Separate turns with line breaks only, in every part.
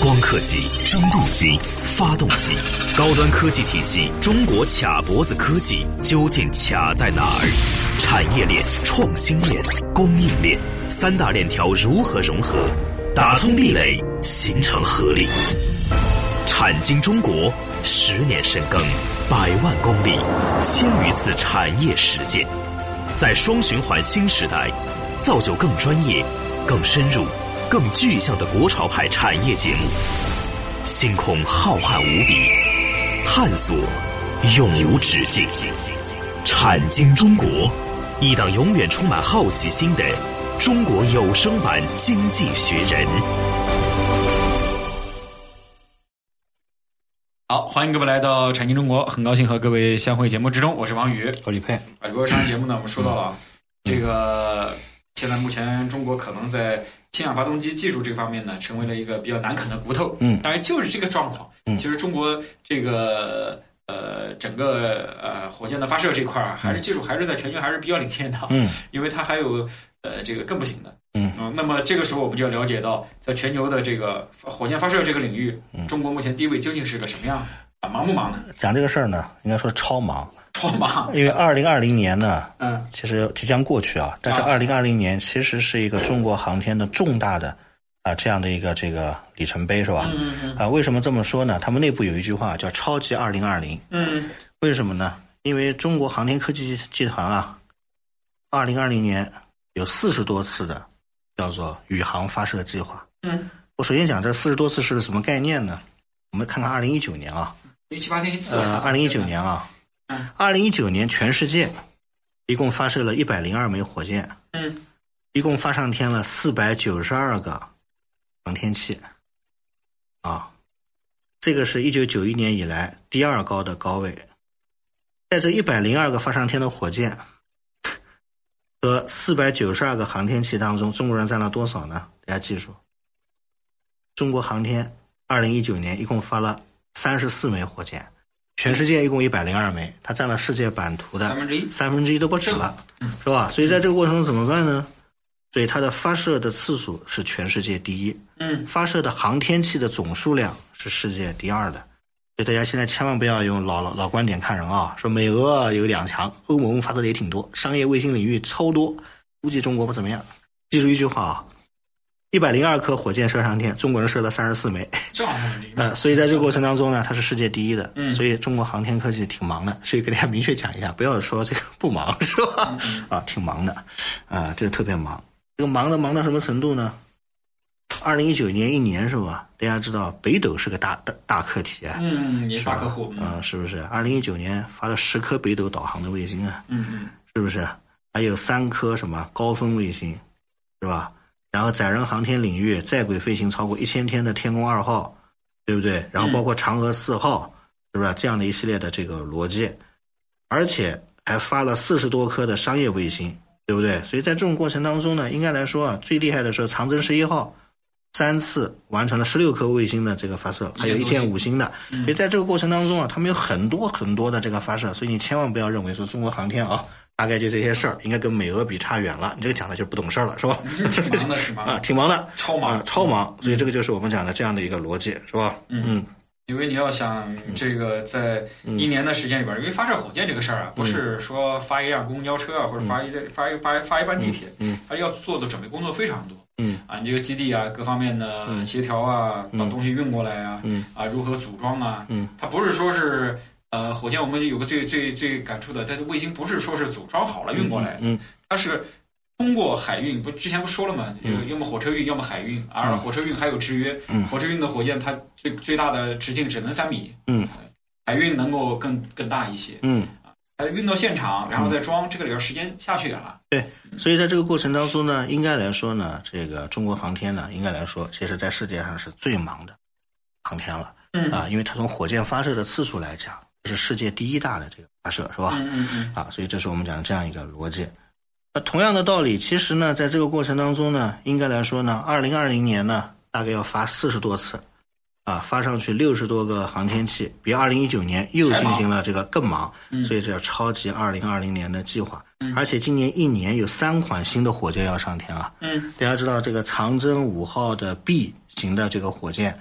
光刻机、声度机、发动机，高端科技体系，中国卡脖子科技究竟卡在哪儿？产业链、创新链、供应链三大链条如何融合，打通壁垒，形成合力？产经中国十年深耕，百万公里，千余次产业实践，在双循环新时代，造就更专业、更深入、更具象的国潮派产业节目。星空浩瀚无比，探索永无止境。产经中国，一档永远充满好奇心的中国有声版《经济学人》。
好，欢迎各位来到《产经中国》，很高兴和各位相会节目之中，我是王宇。
我李佩，
啊，如果上期节目呢，我们说到了啊
嗯
这个，现在目前中国可能在氢氧发动机技术这方面呢，成为了一个比较难啃的骨头。
嗯
当然就是这个状况。其实中国这个呃整个呃火箭的发射这块儿，还是技术还是在全球还是比较领先的。
嗯，
因为它还有呃这个更不行的。
嗯
那么这个时候我们就要了解到，在全球的这个火箭发射这个领域，
嗯
中国目前地位究竟是个什么样啊？忙不忙 呢？
讲这个事儿呢，应该说超忙，
超忙。
因为二零二零年呢，
嗯。
其实即将过去啊，但是
啊
二零二零年其实是一个中国航天的重大的啊、这样的一个这个里程碑，是吧？啊、
嗯嗯
为什么这么说呢？他们内部有一句话叫“超级二零二零
嗯”，
为什么呢？因为中国航天科技集团啊，二零二零年有四十多次的叫做宇航发射计划。
嗯，
我首先讲这四十多次是个什么概念呢？我们看看二零一九年啊，
零七八天一次。
呃，二零一九年啊
嗯，
二零一九年全世界一共发射了一百零二枚火箭，
嗯，
一共发上天了四百九十二个航天器，啊，这个是一九九一年以来第二高的高位。在这一百零二个发上天的火箭 和四百九十二个航天器当中，中国人占了多少呢？大家记住，中国航天二零一九年一共发了三十四枚火箭，全世界一共一百零二枚，它占了世界版图的
三分之一
三分之一都不止了，是吧？所以在这个过程中怎么办呢？所以它的发射的次数是全世界第一，
嗯，
发射的航天器的总数量是世界第二的。所以大家现在千万不要用老老老观点看人啊，说美俄有两强，欧盟发射的也挺多，商业卫星领域超多，估计中国不怎么样。记住一句话啊，一百零二颗火箭射上天，中国人射了三十四枚，
正好三分之一。
呃，所以在这个过程当中呢，它是世界第一的，
嗯
所以中国航天科技挺忙的，所以给大家明确讲一下，不要说这个不忙是吧？
嗯
啊，挺忙的，啊，这个特别忙，这个忙的忙到什么程度呢？二零一九年一年是吧？大家知道北斗是个大大大课题啊，
嗯，也是大客户。
嗯、是不是？二零一九年发了十颗北斗导航的卫星啊，
嗯嗯
是不是？还有三颗什么高分卫星，是吧？然后载人航天领域在轨飞行超过一千天的天宫二号，对不对？然后包括嫦娥四号，是不是这样的一系列的这个逻辑？而且还发了四十多颗的商业卫星，对不对？所以在这种过程当中呢，应该来说啊，最厉害的是长征十一号。三次完成了十六颗卫星的这个发射，还有一箭五星的，
嗯
所以在这个过程当中啊，他们有很多很多的这个发射，所以你千万不要认为说中国航天啊，大概就这些事儿，应该跟美俄比差远了，你这个讲的就不懂事儿了，是吧？
嗯，挺忙的， 挺忙
啊，
的，
挺忙的，
超忙
啊，。超忙，所以这个就是我们讲的这样的一个逻辑，是吧？嗯
因为你要想这个在一年的时间里边，因为发射火箭这个事儿
嗯
啊，不是说发一辆公交车啊，或者发一发一发发一班地铁，它要做的准备工作非常多。
嗯
啊，你这个基地啊，各方面的协调啊，把东西运过来啊，
嗯
啊，如何组装啊，
嗯，
它不是说是呃，火箭我们有个最最最感触的，它的卫星不是说是组装好了运过来，
嗯
它是通过海运，不之前不说了吗？
嗯
这个要么火车运，要么海运，而火车运还有制约，火车运的火箭它最最大的直径只能三米，
嗯，
海运能够更更大一些，
嗯，
它运到现场然后再装，这个里边时间下去远了，
对。所以在这个过程当中呢，应该来说呢，这个中国航天呢，应该来说，其实在世界上是最忙的航天了，
嗯
啊，因为它从火箭发射的次数来讲，是世界第一大的这个发射，是吧？
嗯嗯嗯，
啊，所以这是我们讲的这样一个逻辑。那同样的道理，其实呢，在这个过程当中呢，应该来说呢，二零二零年呢，大概要发四十多次，啊，发上去六十多个航天器，比二零一九年又进行了这嗯个更忙，所以这叫超级二零二零年的计划。而且今年一年有三款新的火箭要上天啊，
嗯，
大家知道这个长征五号的 B 型的这个火箭，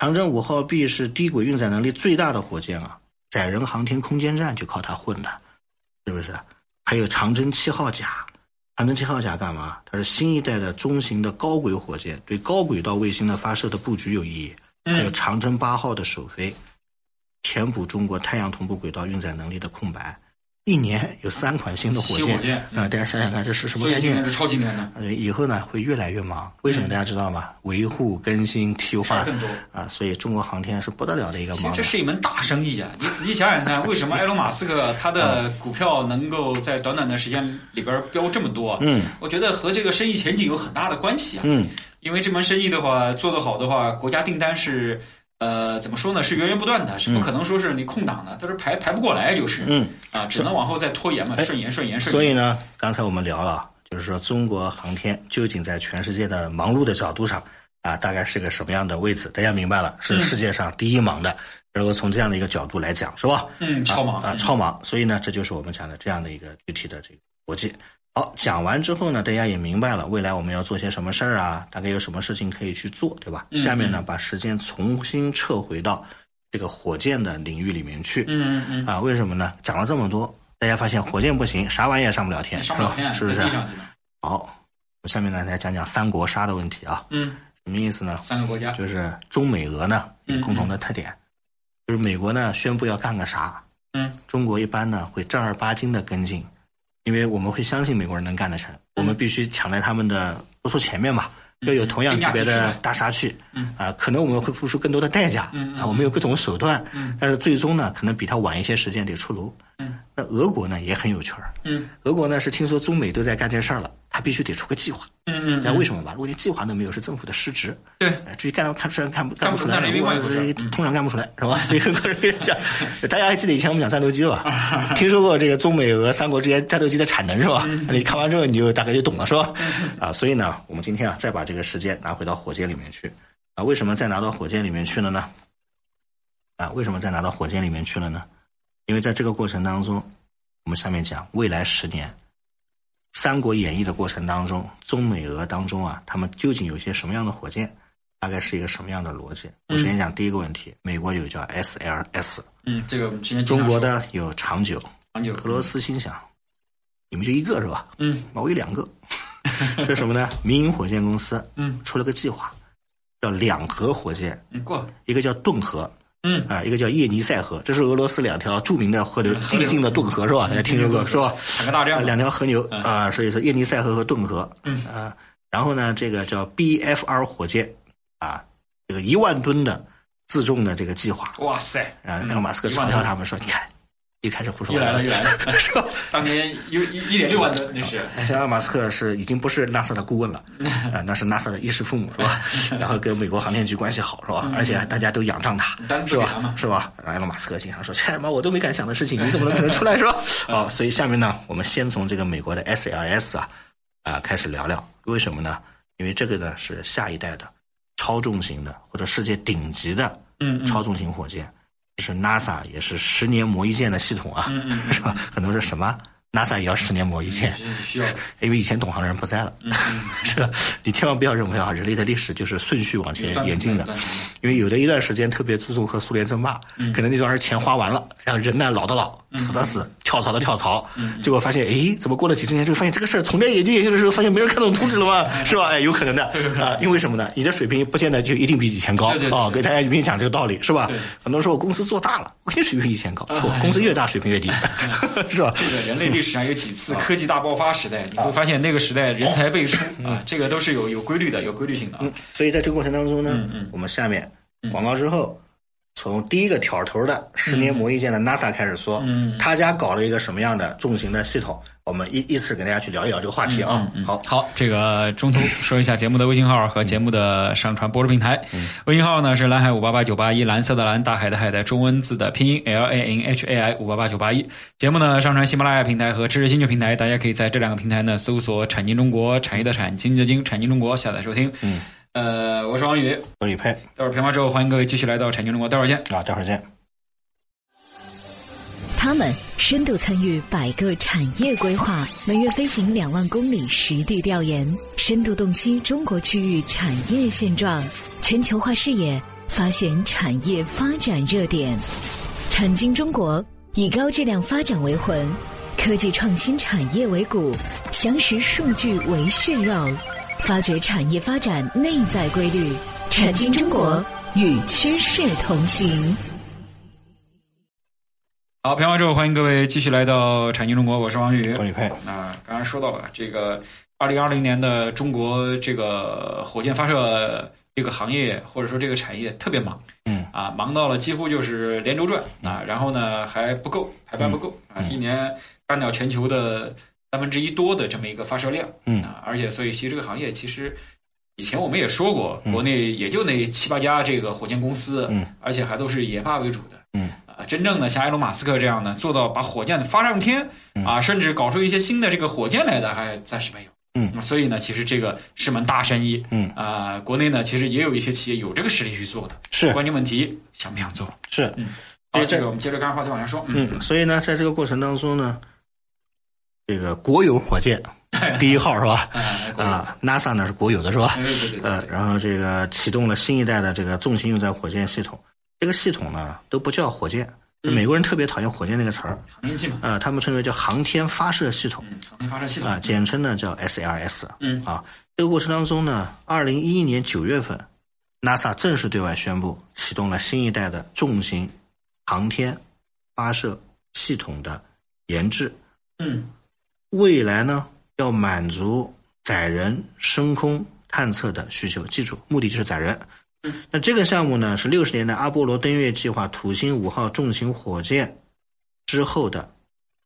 长征五号 B 是低轨运载能力最大的火箭啊，载人航天空间站就靠它混的，是不是？还有长征七号甲，长征七号甲干嘛？它是新一代的中型的高轨火箭，对高轨道卫星的发射的布局有意义。还有
嗯，
长征八号的首飞，填补中国太阳同步轨道运载能力的空白。一年有三款新的火
新
箭
火箭
啊、大家想想看这是什么
所以
概
今
念
年？是超级年的，
呃，以后呢会越来越忙，为什么大家知道吗？维护、更新、替
事儿
换
更多。
啊，所以中国航天是不得了的一个
其实
忙
这
的。
是一门大生意啊！你仔细想想 看，为什么埃隆·马斯克他的
嗯
股票能够在短短的时间里边飙这么多？啊
嗯，
我觉得和这个生意前景有很大的关系啊。
嗯，
因为这门生意的话，做得好的话，国家订单是呃怎么说呢？是源源不断的，是不可能说是你空档的，它是排排不过来，就是
嗯哎
啊，只能往后再拖延嘛，顺延顺延
所
顺
以
延。
呢，刚才我们聊了，就是说中国航天究竟在全世界的忙碌的角度上啊，大概是个什么样的位置？大家明白了，是世界上第一忙的。然后从这样的一个角度来讲，是吧？
嗯，超忙
啊，
嗯
超忙。所以呢，这就是我们讲的这样的一个具体的这个逻辑。好，讲完之后呢，大家也明白了未来我们要做些什么事儿啊，大概有什么事情可以去做，对吧？
嗯
下面呢，把时间重新撤回到这个火箭的领域里面去。
嗯嗯
啊，为什么呢？讲了这么多，大家发现火箭不行，啥玩意也上不了天，
嗯，上不了
是吧
天，
是不是啊
在地？上去了。
好，我下面呢来讲讲三国杀的问题啊，
嗯，
什么意思呢？
三个国家，
就是中美俄呢有
嗯
共同的特点，就是美国呢宣布要干个啥，
嗯，
中国一般呢会正儿八经的跟进，因为我们会相信美国人能干得成，
嗯
我们必须抢在他们的不说前面吧，要有同样级别的大杀器，
嗯
啊，可能我们会付出更多的代价，
嗯嗯
啊，我们有各种手段，
嗯
但是最终呢，可能比他晚一些时间得出炉，
嗯，
那俄国呢也很有趣儿，
嗯
俄国呢是听说中美都在干这事儿了，他必须得出个计划，
嗯嗯
那
嗯，
为什么吧？如果连计划都没有，是政府的失职。
对
呃，至于干到看出来干不干
干
不
不
出
出
来
来
的，
另外一回事
我
儿嗯
通常干不出来，是吧？ 所以很多人 讲，大家还记得以前我们讲战斗机吧？听说过这个中美俄三国之间战斗机的产能是吧？
嗯
你看完之后你就大概就懂了是吧？啊，所以呢，我们今天啊再把这个时间拿回到火箭里面去啊，为什么再拿到火箭里面去了呢？啊，为什么再拿到火箭里面去了呢？因为在这个过程当中，我们下面讲未来十年《三国演义》的过程当中，中美俄当中啊，他们究竟有些什么样的火箭，大概是一个什么样的逻辑？我首先讲第一个问题，美国有叫 SLS，
嗯，这个我们之前经
中
常
国
说
的有长久，
长久，
俄罗斯心想，你们就一个是吧？
嗯
我有两个， 这是什么呢？民营火箭公司
嗯
出了个计划，叫两核火箭，
嗯过，
一个叫顿河，
嗯
啊，一个叫叶尼塞河，这是俄罗斯两条著名的河流，
河流
静静的顿河是吧？大家听说过是吧？
坦克大
啊
战嘛，
两条河流
嗯
啊，所以说叶尼塞河和顿河，
嗯
啊，然后呢，这个叫 BFR 火箭啊，这个一万吨的自重的这个计划
哇塞，
啊，埃
嗯
隆马斯克
一
嘲
万
笑
吨
他们说，你看，又开始胡说
又
八
来
道
了又来了，
是吧？
当年有一一点六万吨那是，
埃隆马斯克是已经不是 NASA 的顾问了，啊，那是 NASA 的衣食父母是 吧？然后跟美国航天局关系好是吧？
嗯
而且大家都仰仗他，
单
是
子给他
吧
嘛？，
是吧？然后埃隆马斯克经常说：“这他妈我都没敢想的事情，你怎么能可能出 来是吧？”好，所以下面呢，我们先从这个美国的 SLS 啊啊、开始聊聊，为什么呢？因为这个呢是下一代的超重型的或者世界顶级的
嗯嗯
超重型火箭，这是 NASA 也是十年磨一剑的系统啊，
嗯嗯
是吧？ 很多人说什么 NASA 也要十年磨一剑，
嗯，需要的，
因为以前懂行的人不在了，
嗯
是吧？你千万不要认为啊，人类的历史就是顺序往前
有断层
演进的
有断层，
因为有的一段时间特别注重和苏联争霸，
嗯
可能那段时间钱花完了，然后人呢老的老，死的死，跳槽的跳槽，
嗯
结果发现诶，怎么过了几十年之后，发现这个事儿从这眼睛研究的时候，发现没人看懂图纸了
嗯
吗？ 是吧？哎，有可 能的啊，因为什么呢？你的水平不见得就一定比以前高
对对对
啊，
对
给大家明显讲这个道理是吧
对？
很多人说我公司做大了，我肯定水平比 以前高，错，公司越大水平越低，
嗯
是吧？
这个人类历史上有几
啊
次科技大爆发时代，你会发现那个时代人才辈出啊，这个都是有有规律的，有规律性的啊。
所以在这个过程当中呢，
嗯嗯
我们下面广告之后，从第一个挑头的十年磨一剑的 NASA 开始说，
嗯
他家搞了一个什么样的重型的系统，我们一依次给大家去聊一聊这个话题啊。好，
好，这个中途说一下节目的微信号和节目的上传播出平台。微信号呢是蓝海五八八九八一，蓝色的蓝，大海的海的中文字的拼音 L A N H A I 五八八九八一。节目呢上传喜马拉雅平台和知识星球平台，大家可以在这两个平台呢搜索“产经中国”，产业的产，经济的经，产经中国下载收听。嗯，呃，我是王宇，
我是李佩
待会儿片花之后，欢迎各位继续来到产经中国，待会儿见。
啊，待会儿见。
他们深度参与百个产业规划，每月飞行两万公里实地调研，深度洞悉中国区域产业现状，全球化视野，发现产业发展热点。产经中国以高质量发展为魂，科技创新产业为骨，详实数据为血肉，发掘产业发展内在规律。产经中国与趋势同行。
好，评完之后，欢迎各位继续来到《产经中国》，我是王宇。
王宇派
啊，刚刚说到了这个二零二零年的中国这个火箭发射这个行业或者说这个产业特别忙，
嗯
啊，忙到了几乎就是连轴转啊，然后呢还不够，排班不够
嗯
啊，一年干掉全球的三分之一多的这么一个发射量，
嗯
啊，而且所以其实这个行业其实。以前我们也说过，国内也就那七八家这个火箭公司，
嗯
而且还都是以研发为主的，
嗯
啊，真正的像埃隆·马斯克这样的做到把火箭发上天、啊，甚至搞出一些新的这个火箭来的，还暂时没有。
嗯，
所以呢，其实这个是门大生意。
嗯
啊、国内呢，其实也有一些企业有这个实力去做的。
是
关键问题想不想做？
是，
好，
对
这
这
个我们接着刚才话题往下说。嗯，
嗯，所以呢，在这个过程当中呢，这个国有火 箭第一号是吧？
哎，国内
啊，NASA 呢是国有的是吧？
哎对对对对
呃，然后这个启动了新一代的这个重型运载火箭系统，这个系统呢都不叫火箭，美国人特别讨厌火箭那个词儿，
航天器嘛，
呃，他们称为叫航天发射系统，
嗯，航天发射系统。
啊，简称呢叫 SLS。
嗯
啊，这个过程当中呢，二零一一年九月份，NASA 正式对外宣布启动了新一代的重型航天发射系统的研制，
嗯
未来呢要满足载人升空探测的需求，记住，目的就是载人。
嗯
那这个项目呢，是六十年代阿波罗登月计划土星五号重型火箭之后的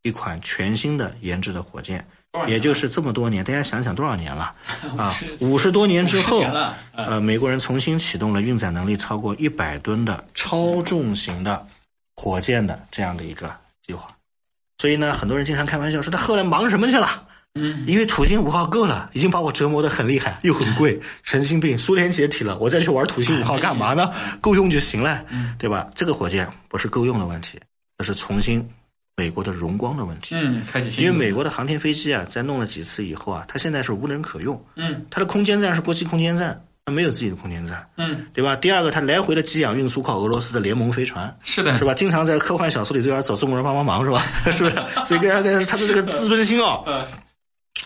一款全新的研制的火箭
多少，年了
也就是这么多年，大家想想多少年了 啊
50？
五十多年之
50
后
年了，
呃，美国人重新启动了运载能力超过一百吨的超重型的火箭的这样的一个计划。所以呢，很多人经常开玩笑说他后来忙什么去了？
嗯，
因为土星五号够了，已经把我折磨得很厉害，又很贵，神经病，苏联解体了，我再去玩土星五号干嘛呢？够用就行了，对吧？这个火箭不是够用的问题，而是重新美国的荣光的问题。
嗯，开启新
因
的。
为美国的航天飞机啊，在弄了几次以后啊，它现在是无人可用，
嗯
它的空间站是国际空间站，它没有自己的空间站，
嗯，
对吧？第二个，它来回的给养运输靠俄罗斯的联盟飞船，
是的，
是吧？经常在科幻小说里都要找中国人帮帮忙，是吧？ 是不是？所以跟大家跟他的这个自尊心哦，
呃，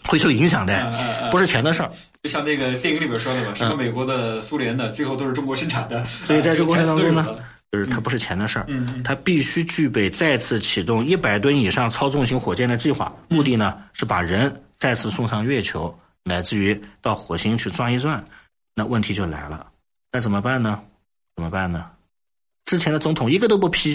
会受影
嗯
响
嗯
的
嗯，
不是钱的事儿。
就像那个电影里边说的嘛，什么美国的、苏联的，最后都是中国生产的。
嗯 所以在这个过程当中
啊
呢，就是它不是钱的事儿
嗯嗯，
它必须具备再次启动一百吨以上超重型火箭的计划，目的呢是把人再次送上月球，乃至于到火星去转一转。那问题就来了，那怎么办呢？怎么办呢？之前的总统一个都不批，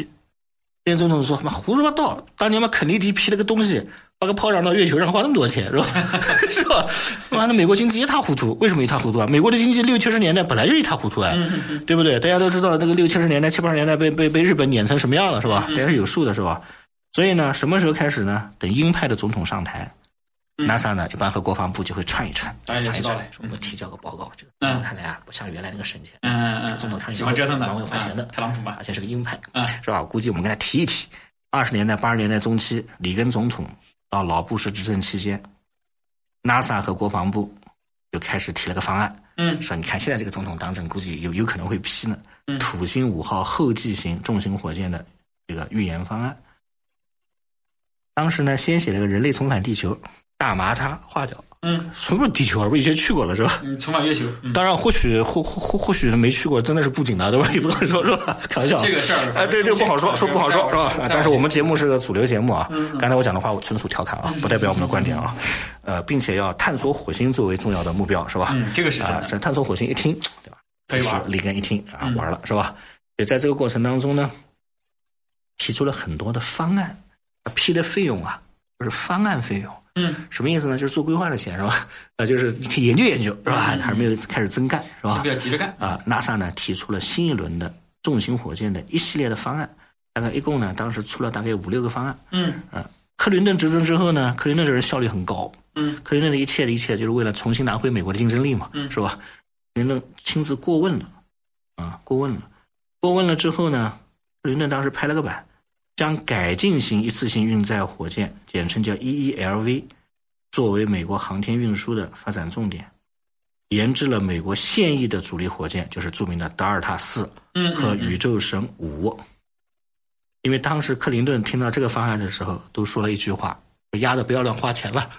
现在总统说妈胡说八道，当年嘛肯尼迪批了个东西，把个炮仗到月球上花那么多钱是吧？ 是吧？完了，美国经济一塌糊涂，为什么一塌糊涂啊？美国的经济六七十年代本来就一塌糊涂啊，
嗯
对不对？大家都知道那个六七十年代、七八十年代被被被日本碾成什么样了是
嗯
吧？大家是有数的是吧？所以呢，什么时候开始呢？等鹰派的总统上台。NASA 呢，一般和国防部就会串一串，
嗯哎
串一
知道
串
了，
说我们提交个报告，这个
嗯
看来啊，不像原来那个省钱，
嗯嗯
这总统
嗯，
上
喜欢折腾的，
蛮会花钱的
啊，特朗普嘛
而，且是个鹰派，
嗯
是吧？估计我们跟他提一提。二十年代、八十年代中期，里根总统到老布什执政期间，NASA 和国防部就开始提了个方案，
嗯
说你看现在这个总统当政，估计有有可能会批呢。
嗯
土星五号后继型重型火箭的这个预言方案。当时呢，先写了个人类重返地球，大麻叉划掉，
嗯，
什么时候地球啊？不是以前去过了是吧？
嗯，重返月球，嗯，
当然，或许或或或或许没去过，真的是不仅的，对吧？也 不能说是吧？开玩笑啊，
这个事儿
啊，对这个不好说，说不好说是吧
嗯？
啊但是我们节目是个主流节目啊，刚才我讲的话我纯属调侃啊，不代表我们的观点啊，呃，并且要探索火星作为重要的目标，是吧？
嗯这个是真的
啊，是探索火星一听，对吧？
可以玩
就是里根一听啊
嗯，
玩了是吧？也在这个过程当中呢，提出了很多的方案，批的费用啊，就是方案费用。
嗯，
什么意思呢？就是做规划的钱是吧？ 呃，就是你可以研究研究是吧？还是没有开始增干是吧
先不？要急着干，
啊，NASA 呢提出了新一轮的重型火箭的一系列的方案，大概一共呢当时出了大概五六个方案。
嗯
克林顿执政之后呢，克林顿这人效率很高，
嗯，
克林顿的一切的一切就是为了重新拿回美国的竞争力嘛，
嗯
是吧？克林顿亲自过问了，啊，过问了，过问了之后呢，克林顿当时拍了个板，将改进型一次性运载火箭，E 简称叫 EELV，作为美国航天运输的发展重点。研制了美国现役的主力火箭，就是著名的达尔塔四和宇宙神五。因为当时克林顿听到这个方案的时候，都说了一句话：“丫的不要乱花钱了，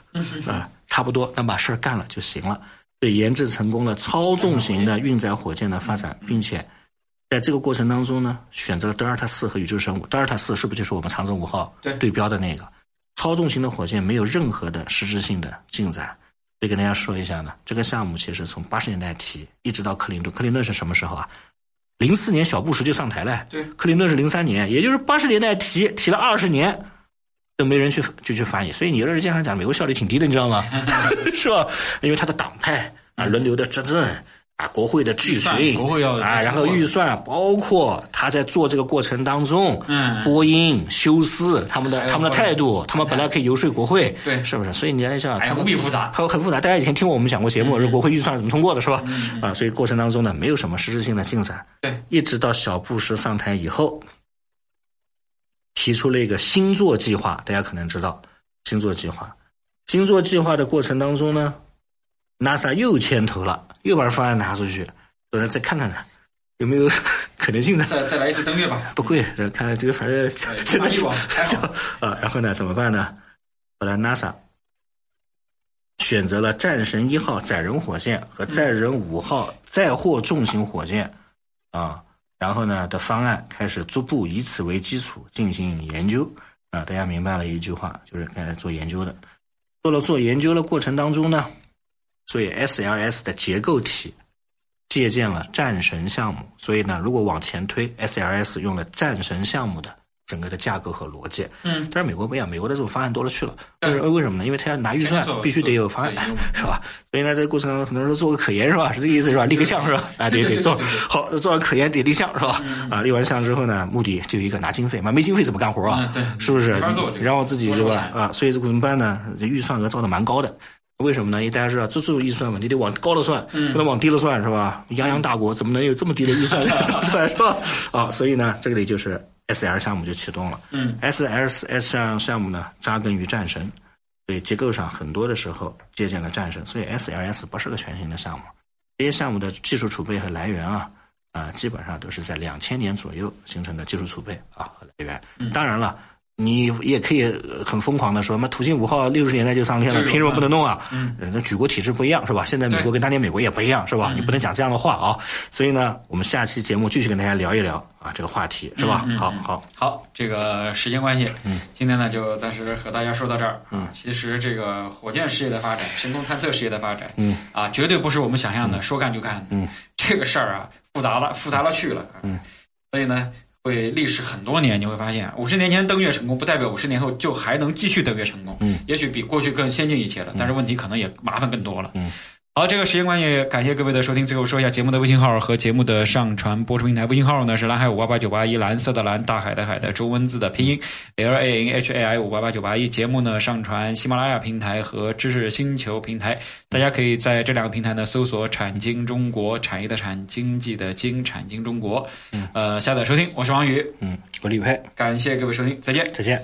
啊、差不多，咱把事儿干了就行了。”对研制成功了操纵型的运载火箭的发展，并且在这个过程当中呢，选择了德尔塔四和宇宙神五。德尔塔四是不是就是我们长征五号
对
对标的那个？操纵型的火箭没有任何的实质性的进展。得跟大家说一下呢，这个项目其实从八十年代起一直到克林顿，克林顿是什么时候啊？零四年小布什就上台了，
对
克林顿是零三年，也就是八十年代提提了二十年，都没人去就去翻译，所以你有段时间还讲美国效率挺低的，你知 道吗？是吧？因为他的党派啊轮流的执政啊，国会的质
预算
询，
国会要
啊，然后预算包括他在做这个过程当中，
嗯
波音、休斯他们的
还有哎
他们的态度，他们本来可以游说国会，
对
是不是？所以你来想，
哎
他
呀，
们
无比复杂。
很很复杂。大家以前听过我们讲过节
嗯
目，是国会预算怎么通过的，是吧？啊，所以过程当中呢，没有什么实质性的进展。
对，
一直到小布什上台以后，提出了一个星座计划，大家可能知道星座计划。星座计划的过程当中呢，NASA 又牵头了，又把方案拿出去，说再看看看有没有 可能性呢？
再再来一次登月吧，
不贵，看看这个反正
哎八亿吧，还好。
啊，然后呢，怎么办呢？后来 NASA 选择了战神一号载人火箭和载人五号载货重型火箭啊，然后呢的方案开始逐步以此为基础进行研究啊。大家明白了一句话，就是开始做研究的。做了做研究的过程当中呢，所以 SLS 的结构体借鉴了战神项目，所以呢，如果往前推，SLS 用了战神项目的整个的架构和逻辑。
嗯，
但是美国不一样，美国的这种方案多了去了。
对
为为什么呢？因为他要拿预算
真做，
必须得有方案
对有，
是吧？所以呢，这个过程当中，很多人说做个可研是吧？是这个意思是吧？立个项是吧？啊，
对
得
对
得
对
做
对嗯对
好，做完可研得立项是吧？啊，立完项之后呢，目的就有一个拿经费嘛，没经费怎么干活啊
嗯？对
是不是
没法做这？个
然后自己
多
是
收
吧
钱？
啊，所以这个怎么办呢？这预算额造的蛮高的。为什么呢？因为大家知道，这做预算嘛，你得往高了算，
嗯
不能往低了算，是吧？泱泱大国怎么能有这么低的预 算造出来，是吧？啊，所以呢，这里就是 SL 项目就启动了。
嗯
，SLS 项项目呢，扎根于战神，所以结构上很多的时候借鉴了战神，所以 SLS 不是个全新的项目。这些项目的技术储备和来源啊，啊，基本上都是在两千年左右形成的技术储备啊和来源。当然了，你也可以呃很疯狂的说，那土星五号六十年代就上天了，
就有
凭什么不能弄啊？
嗯
呃那举国体制不一样是吧？现在美国跟当年美国也不一样是吧？你不能讲这样的话啊。所以呢，我们下期节目继续跟大家聊一聊啊这个话题是吧？好好，
好，这个时间关系，今天呢就暂时和大家说到这儿。嗯，其实这个火箭事业的发展，深空探测事业的发展，嗯，啊，绝对不是我们想象的说干就干。嗯，这个事儿啊，复杂了，复杂了去了。嗯，所以呢，会历时很多年，你会发现，五十年前登月成功，不代表五十年后就还能继续登月成功。嗯，也许比过去更先进一些了，但是问题可能也麻烦更多了。嗯。好，这个时间关系，感谢各位的收听。最后说一下节目的微信号和节目的上传播出平台。微信号呢是蓝海五八八九八一，蓝色的蓝，大海的海的中文字的拼音 L A N H A I 五八八九八一。节目呢上传喜马拉雅平台和知识星球平台，大家可以在这两个平台呢搜索“产经中国”，产业的产，经济的经，产经中国。呃，下载收听，我是王宇，
嗯，我李佩，
感谢各位收听，再见。
再见。